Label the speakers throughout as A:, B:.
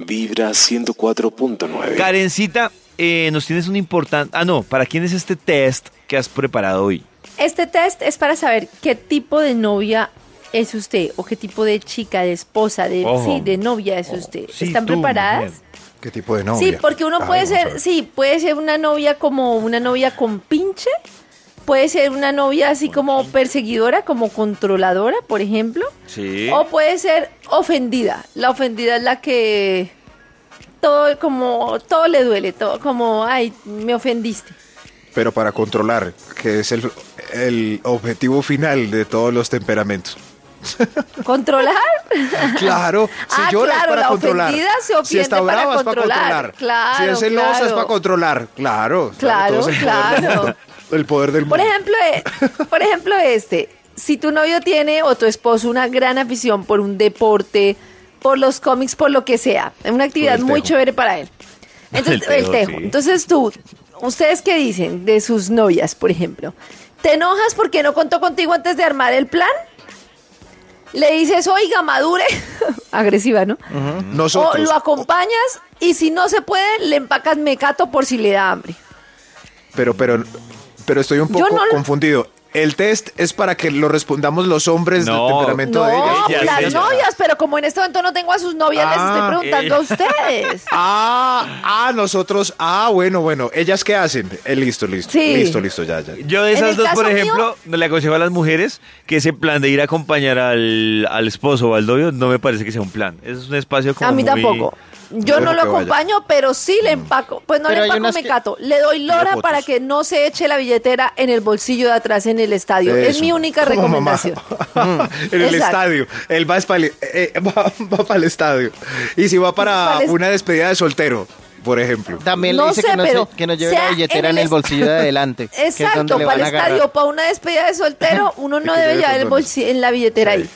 A: Vibra 104.9.
B: Karencita, eh, nos tienes un importante... Ah, no, ¿para quién es este test que has preparado hoy?
C: Este test es para saber qué tipo de novia es usted o qué tipo de chica, de esposa, de,
B: Ojo.
C: sí, de novia es usted.
B: Sí,
C: ¿Están
B: tú,
C: preparadas?
B: mujer.
D: ¿Qué tipo de novia?
C: Sí, porque uno
D: Ah,
C: puede
D: vamos a
C: ser,
D: ver.
C: sí, puede ser una novia como una novia con pinche, puede ser una novia así como perseguidora, como controladora, por ejemplo,
B: Sí.
C: o puede ser ofendida. La ofendida es la que todo como todo le duele, todo como ay, me ofendiste.
D: Pero para controlar, que es el, el objetivo final de todos los temperamentos.
C: ¿Controlar?
D: Claro, si
C: Ah,
D: llora
C: claro,
D: es para
C: la
D: controlar.
C: ofendida se
D: si
C: ofiende
D: está
C: para
D: brava es para
C: controlar.
D: controlar.
C: Claro,
D: si es celosa es
C: claro.
D: para controlar. Claro.
C: Claro,
D: todo es el poder del
C: claro.
D: mundo. El poder del mundo.
C: Por ejemplo, eh, por ejemplo este, si tu novio tiene o tu esposo una gran afición por un deporte, por los cómics, por lo que sea, es una actividad
D: el
C: muy
D: tejo.
C: chévere para él.
B: El
C: Entonces, el
B: tejo,
C: tejo.
B: sí.
C: Entonces tú, ustedes qué dicen de sus novias, por ejemplo, ¿te enojas porque no contó contigo antes de armar el plan? Le dices, oiga, madure, agresiva, ¿no? O
D: ¿Mm? Nosotros.
C: lo acompañas y si no se puede, le empacas mecato por si le da hambre.
D: Pero, pero, pero estoy un
C: Yo
D: poco
C: no lo-
D: confundido. El test es para que lo respondamos los hombres
B: No.
D: del temperamento
C: No,
D: de ellas.
C: pues
B: Ella,
C: las
B: ella.
C: novias, pero como en este momento no tengo a sus novias,
D: Ah,
C: les estoy preguntando a ustedes.
D: Ah, ah, nosotros. Ah, bueno, bueno. ¿Ellas qué hacen? Eh, listo, listo.
C: Sí.
D: Listo, listo, ya, ya.
B: Yo de
C: En
B: esas
C: el
B: dos,
C: caso
B: por
C: mío-
B: ejemplo, no le aconsejo a las mujeres que ese plan de ir a acompañar al, al esposo o al novio no me parece que sea un plan. Eso es un espacio como
C: a mí
B: muy-
C: tampoco. Yo no
D: Bueno,
C: lo
D: que vaya. Mm.
C: acompaño, pero sí le empaco. Pues no
E: Pero
C: le
E: hay
C: empaco
E: unas que-
C: mecato. Le doy
D: Mira
C: lora
D: fotos.
C: para que no se eche la billetera en el bolsillo de atrás en el estadio. Es
D: Eso.
C: mi única
D: Como mamá.
C: recomendación. Mm.
D: en el
C: Exacto.
D: estadio. Él va, para el, eh, va, va para el estadio. Y si va para
C: Para el est-
D: una despedida de soltero, por ejemplo.
E: También
C: No
E: le dice
C: sé,
E: que, no se-
C: pero
E: que no lleve
C: sea
E: la billetera
C: en
E: en
C: el
E: el bolsillo de adelante. que es donde
C: Exacto,
E: le
C: para el
E: van a agarrar.
C: estadio, para una despedida de soltero, uno no
D: que
C: debe
D: lleve
C: llevar el
D: condones.
C: bolsillo en la billetera ahí.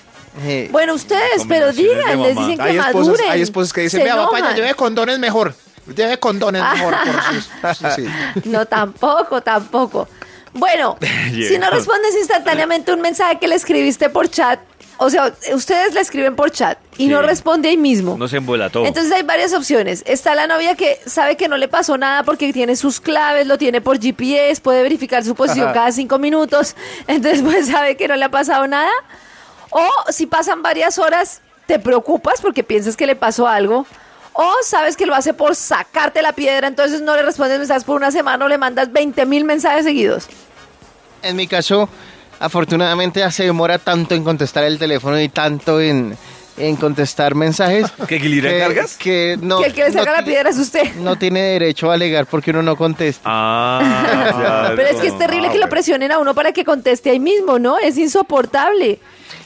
E: Eh,
C: Bueno, ustedes, pero
B: Combinaciones de
C: digan, les
B: mamá.
C: dicen que
D: Hay esposas,
C: maduren.
D: hay esposas que dicen,
C: se
D: vea, papá,
C: enojan".
D: lleve condones mejor. Lleve condones mejor. por sus- sí, sí.
C: No, tampoco, tampoco. Bueno, si no respondes instantáneamente un mensaje que le escribiste por chat, o sea, ustedes le escriben por chat y
B: Sí.
C: no responde ahí mismo.
B: No se embola todo.
C: Entonces hay varias opciones. Está la novia que sabe que no le pasó nada porque tiene sus claves, lo tiene por GPS, puede verificar su posición cada cinco minutos, entonces pues sabe que no le ha pasado nada. O si pasan varias horas, te preocupas porque piensas que le pasó algo. O sabes que lo hace por sacarte la piedra, entonces no le respondes mensajes por una semana o le mandas 20 mil mensajes seguidos.
E: En mi caso, afortunadamente ya se demora tanto en contestar el teléfono y tanto en, en contestar mensajes.
B: ¿Que equilibran cargas?
E: Que no,
C: que el que le
E: no
C: saca la
E: ti-
C: piedra es usted.
E: No tiene derecho a alegar porque uno no contesta.
B: Ah, claro.
C: Pero es que es terrible
D: Ah,
C: que lo
D: bueno.
C: presionen a uno para que conteste ahí mismo, ¿no? Es insoportable.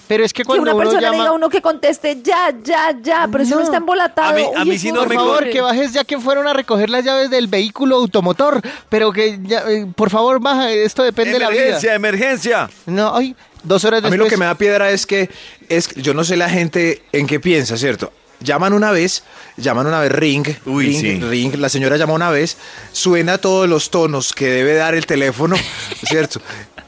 E: Pero es que
C: que
E: cuando
C: una
E: uno
C: persona
E: llama...
C: le diga a uno que conteste ya, ya, ya, pero eso no
E: No.
C: está embolatado.
B: A mí- a
C: Uy,
B: mí
C: es
B: sí
C: muy
B: no
E: Por
B: me
E: favor,
C: horrible.
E: que bajes ya que fueron a recoger las llaves del vehículo automotor. Pero que, ya, eh, por favor, baja, esto depende de la vida.
B: Emergencia, emergencia.
E: No, ay, dos horas
D: A
E: después.
D: mí lo que me da piedra es que es que yo no sé la gente en qué piensa, ¿cierto? Llaman una vez, llaman una vez ring,
B: Uy,
D: ring,
B: sí.
D: ring, la señora llama una vez, suena todos los tonos que debe dar el teléfono, ¿cierto?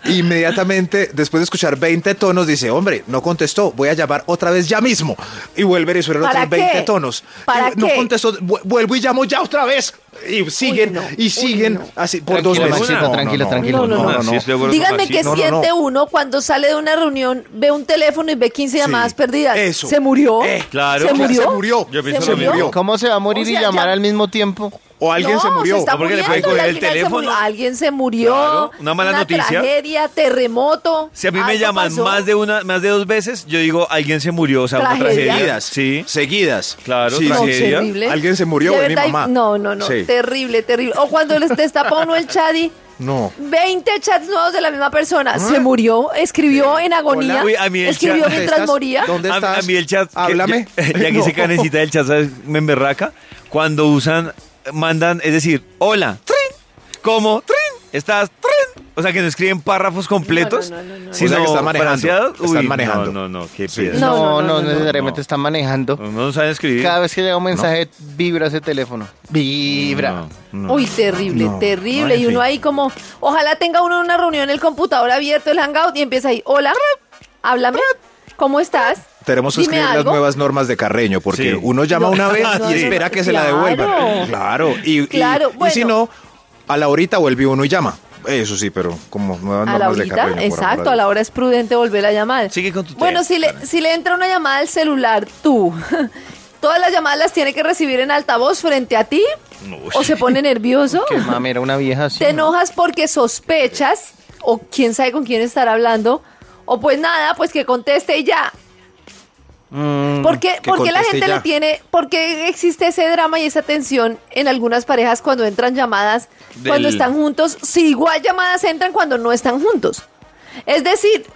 D: Inmediatamente, después de escuchar 20 tonos, dice, hombre, no contestó, voy a llamar otra vez ya mismo. Y vuelve y suenan
C: ¿Para
D: otros 20
C: qué?
D: tonos.
C: ¿Para
D: no
C: qué?
D: contestó, vu- vuelvo y llamo ya otra vez. Y siguen,
C: no, uy,
D: y siguen,
C: no.
D: así, por
E: Tranquilo,
D: dos veces.
B: Maxito,
E: tranquilo, tranquilo.
C: No, no, no.
B: Sí, estoy de acuerdo con
C: Díganme
B: Maxito.
C: qué
D: No, no,
C: siente
D: no.
C: uno cuando sale de una reunión, ve un teléfono y ve 15 llamadas
D: Sí,
C: perdidas.
D: eso.
C: ¿Se murió?
D: Eh,
B: claro.
C: ¿Se murió?
D: Se murió.
B: Yo pienso
C: ¿Se
B: lo mismo.
C: murió?
E: ¿Cómo se va a morir
C: O sea,
E: y llamar
C: ya-
E: al mismo tiempo?
D: O alguien
C: No,
D: se murió.
C: está
B: No, porque le pueden
C: muriendo,
B: coger
C: al
B: el
C: final se
B: teléfono.
C: murió. Alguien se murió.
B: Claro, una mala noticia.
C: tragedia, terremoto.
B: Si a mí me
C: algo
B: llaman
C: pasó.
B: más de una, más de dos veces, yo digo, alguien se murió, o sea, una
C: Tragedia.
B: tragedia.
D: seguidas,
B: Sí.
D: seguidas.
B: Claro,
D: Sí,
C: No,
D: sí.
B: tragedia.
C: terrible.
D: Alguien se murió,
C: De
D: de mi
C: verdad,
D: mamá.
C: No, no, no.
D: Sí.
C: Terrible, terrible. O cuando les destapa uno el chat y
D: No.
C: 20 chats nuevos de la misma persona.
D: Ah.
C: Se murió, escribió en agonía,
B: Hola. Uy, a mí el
C: escribió
B: chat-
C: mientras
D: ¿Estás?
C: moría.
D: ¿Dónde
B: A-
D: estás?
B: A, mí el chat. que-
D: Háblame.
B: Ya, ya que se
D: No.
B: canecita del chat, ¿sabes? Me emberraca. Cuando usan, mandan, es decir, hola, trin, como, trin, estás, trin. O sea, que no escriben párrafos completos.
C: No, no, no, no, no.
B: sino
D: O sea, que están manejando,
B: fraseados.
D: están
B: Uy,
D: manejando.
B: No, no, no, qué
D: Sí.
B: piedra.
C: No,
E: No,
C: no,
E: no,
C: no, no.
E: necesariamente
B: No.
E: está manejando.
B: No, no saben escribir.
E: Cada vez que llega un mensaje, vibra ese teléfono. Vibra.
B: No, no.
C: Uy, terrible,
D: No,
C: terrible.
B: no, en
C: y uno
B: fin.
C: ahí como, ojalá tenga uno una reunión en el computador abierto, el hangout, y empieza ahí, hola, háblame, ¿cómo estás?
D: Tenemos que
C: Dime
D: escribir las
C: algo.
D: nuevas normas de Carreño, porque
B: Sí.
D: uno llama
C: No,
D: una vez
C: no,
D: y
C: sí.
D: espera que se la
C: Claro.
D: devuelvan. Claro. Y, y-
C: Claro,
D: y si
C: bueno.
D: no, a la horita vuelve uno y llama. Eso sí, pero como nuevas
C: A
D: normas
C: la
D: de
C: horita,
D: Carreño. por amor
C: exacto,
D: a
C: a
D: Dios.
C: la hora es prudente volver a llamar.
B: Sigue con tu tema,
C: Bueno, si le,
B: Karen.
C: si le entra una llamada al celular, tú, ¿todas las llamadas las tiene que recibir en altavoz frente a ti?
B: No.
C: ¿O se pone nervioso?
E: Que mami era una vieja así.
C: ¿Te
E: ¿no?
C: enojas porque sospechas? ¿O quién sabe con quién estar hablando? O pues nada, pues que conteste y ya.
E: Mm,
C: ¿Por qué,
D: que
C: por qué la
D: conteste
C: gente
D: ya.
C: le tiene, por qué existe ese drama y esa tensión en algunas parejas cuando entran llamadas,
B: Del-
C: cuando están juntos, si igual llamadas entran cuando no están juntos? Es decir,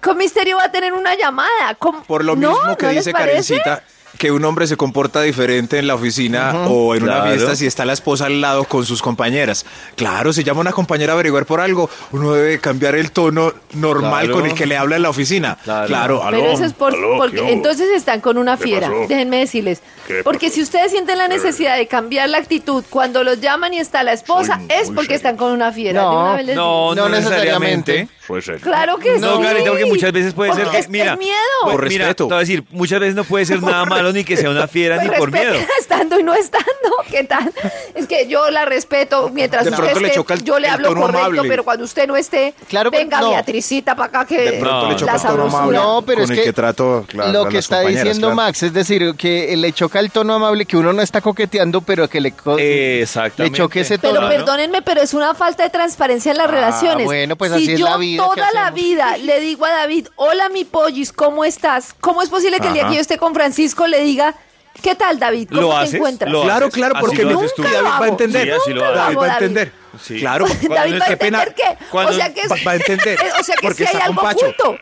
C: con misterio va a tener una llamada. ¿cómo-
D: Por lo
C: no?
D: mismo que
C: ¿No les
D: dice
C: parece?
D: Karencita, que un hombre se comporta diferente en la oficina o en una
B: Claro.
D: fiesta si está la esposa al lado con sus compañeras. Claro, si llama una compañera a averiguar por algo, uno debe cambiar el tono normal
B: Claro.
D: con el que le habla en la oficina. Claro,
B: Claro.
D: aló,
C: Pero eso es por-
F: aló,
C: porque
F: ¿qué hubo?
C: entonces están con una
F: ¿Qué
C: fiera.
F: pasó?
C: Déjenme decirles.
F: ¿Qué
C: Porque
F: pasó?
C: si ustedes sienten la necesidad de cambiar la actitud cuando los llaman y está la esposa,
F: Soy
C: es
F: muy
C: porque
F: serio.
C: están con una fiera.
E: No,
C: De una vez les digo.
B: No, no,
E: No
B: necesariamente.
E: necesariamente.
F: Fue serio.
C: Claro que
B: No,
C: sí.
B: Carita, porque muchas veces puede
C: Porque
B: ser que,
C: es- es
B: mira,
C: miedo.
B: pues,
D: Por
B: mira,
D: respeto.
B: Te voy a decir, muchas veces no puede ser nada malo ni que sea una fiera
C: Pues
B: ni por
C: respeten
B: miedo.
C: estando y no estando, ¿qué tal? Es que yo la respeto mientras
D: De
C: usted
D: pronto le
C: esté,
D: choca el-
C: yo le
D: el
C: hablo
D: tono
C: correcto,
D: amable.
C: pero cuando usted no esté,
E: Claro, pero
C: venga
E: no.
C: Beatricita para acá que
D: De pronto
B: No,
D: le choca
C: la
D: el tono
C: sabrosura.
D: amable
E: No, pero
D: con
E: es
D: el
E: que
D: que trato claro,
E: lo
D: a
E: que
D: las
E: está
D: compañeras,
E: diciendo
D: claro.
E: Max, es decir, que le choca el tono amable, que uno no está coqueteando, pero que le, co- le
B: Exactamente.
E: choque ese
C: Pero
E: tono.
C: perdónenme, pero es una falta de transparencia en las
E: Ah,
C: relaciones.
E: bueno, pues
C: si
E: así es
C: yo
E: la vida, ¿qué
C: toda la
E: hacemos?
C: vida le digo a David, hola mi pollis, ¿cómo estás? ¿Cómo es posible que el día
D: Ajá.
C: que yo esté con Francisco le diga, ¿qué tal David? ¿Cómo
B: ¿Lo
C: te
B: haces?
C: encuentras?
B: Lo
D: Claro,
B: haces.
D: claro,
B: Así
D: porque
B: lo
D: no-
B: haces tú.
D: David
C: Nunca
D: va
C: lo
D: a
C: hago.
D: entender.
B: Sí, así lo hago.
D: David va a
C: David.
D: entender.
B: Sí.
D: Claro,
B: Cuando
C: David
B: no
C: va a
B: esté-
C: entender que, o
B: cuando-
C: sea que,
D: va- va a entender,
C: o sea que
D: porque
C: si hay
D: está
C: algo
D: con Pacho.
C: oculto.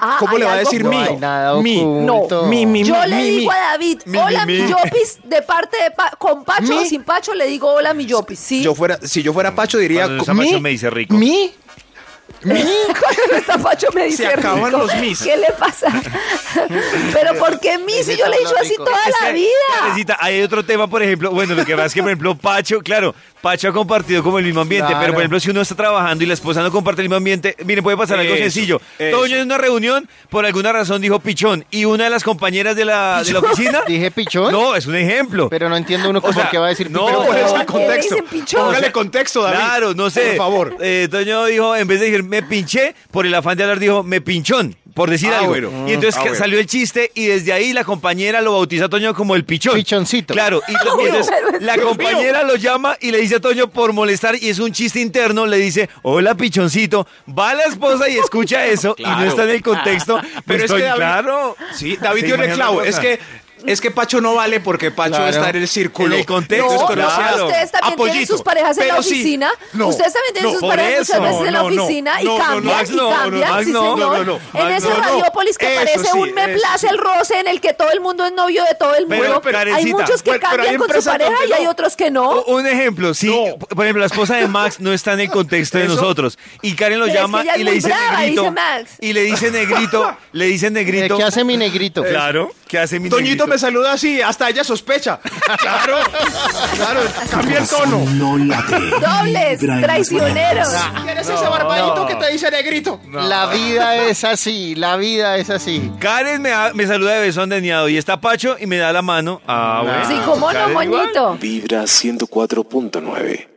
C: Ah,
D: ¿Cómo
C: hay
D: le va a
C: algo
D: decir
E: no
D: mi?
E: hay nada
D: Mi,
E: oculto.
D: mi, mi,
C: Yo
D: mi,
C: le
D: mi,
C: digo
D: mi.
C: a David,
B: Mi,
C: hola
B: mi,
C: mi,
B: mi".
C: Yopis, de parte de Pa- con Pacho
D: Mi.
C: o sin Pacho le digo hola mi Yopis, ¿sí?
D: Yo fuera, si yo fuera Pacho diría,
B: Cuando está
D: "Mi,
B: Pacho me dice rico".
D: Mi, mi.
C: Cuando está Pacho me dice
D: acaban
C: rico.
D: los mis.
C: ¿Qué le pasa? Pero ¿por qué mis si yo le he dicho así toda
B: Es
C: la
B: que,
C: vida?
B: Karencita, hay otro tema, por ejemplo. Bueno, lo que pasa es que, por ejemplo, Pacho, claro, Pacho ha compartido como el mismo ambiente,
E: Claro.
B: pero por ejemplo, si uno está trabajando y la esposa no comparte el mismo ambiente, mire, puede pasar algo
D: Eso,
B: sencillo.
D: eso.
B: Toño en una reunión, por alguna razón dijo pichón, y una de las compañeras de la, de la oficina.
E: ¿Dije pichón?
B: No, es un ejemplo.
E: Pero no entiendo uno
B: O sea,
E: por qué va a decir
B: no,
E: pichón.
B: pero
D: Póngale
C: ¿por qué
D: contexto.
C: le dicen pichón?
D: Póngale contexto, David.
B: Claro, no sé.
D: Por favor.
B: Eh, Toño dijo, en vez de decir me pinché, por el afán de hablar, dijo me pinchón, por decir
D: Ah,
B: algo.
D: bueno.
B: Y entonces
D: Ah,
B: que-
D: bueno.
B: salió el chiste y desde ahí la compañera lo bautiza a Toño como el pichón.
E: Pichoncito.
B: Claro. Y, y entonces la compañera lo llama y le dice a Toño por molestar y es un chiste interno, le dice, hola pichoncito, va la esposa y escucha eso y
D: Claro. Pues
B: no está en el contexto. Pero es que,
D: David-
B: claro.
D: Sí, David
B: Se
D: dio en el
B: imagina
D: clavo.
B: otra
D: Es
B: cosa.
D: que, es que Pacho no vale porque Pacho
E: Claro.
D: está en el círculo.
B: En el contexto,
D: Entonces,
C: No,
B: claro.
D: conoce a-
C: no, ustedes
D: a
C: también tienen
D: Pollito.
C: sus parejas en la
D: Pero sí,
C: oficina.
D: no,
C: ustedes también tienen
D: no,
C: sus
B: por
C: parejas
B: eso.
C: muchas veces en la
D: No, no,
C: oficina
D: no,
C: y
D: no,
C: cambian,
B: Max,
C: y
B: no, no,
C: cambian,
B: Max,
C: sí
B: no,
C: señor.
B: no, no, no,
C: en
B: Max,
C: ese
B: no, no.
C: radiópolis que
D: Eso
C: aparece
D: sí,
C: un me
D: eso
C: place el roce en el que todo el mundo es novio de todo el
B: Pero,
C: mundo.
B: pero,
C: hay
B: Karencita,
C: muchos que
D: pero- pero hay
C: cambian con su
D: empresas
C: pareja
D: donde
C: y hay
D: no. Oh.
C: otros que no.
B: O- Un ejemplo, sí.
D: No.
B: Por ejemplo, la esposa de Max no está en el contexto de
D: Eso-
B: nosotros. Y Karen lo
C: Pero es
B: llama
C: que ella es
B: y le
C: muy
B: dice
C: brava,
B: negrito.
C: dice Max.
B: Y le dice negrito, le dice
E: Eh,
B: negrito.
E: ¿Qué hace mi negrito?
B: Claro, ¿qué hace mi
D: Toñito
B: negrito?
D: me saluda así, hasta ella sospecha. Claro, claro, cambia el tono.
F: No late. Vibra
C: Dobles,
F: en las
C: traicioneros.
D: ¿Quién es ese barbadito
E: no.
D: que te dice negrito?
E: La vida es así, la vida es así.
B: Karen me, ha- me saluda de besón de niado y está Pacho y me da la mano. Ah, bueno.
C: Sí, cómo no,
B: Karen igual.
C: moñito.
A: Vibra 104.9.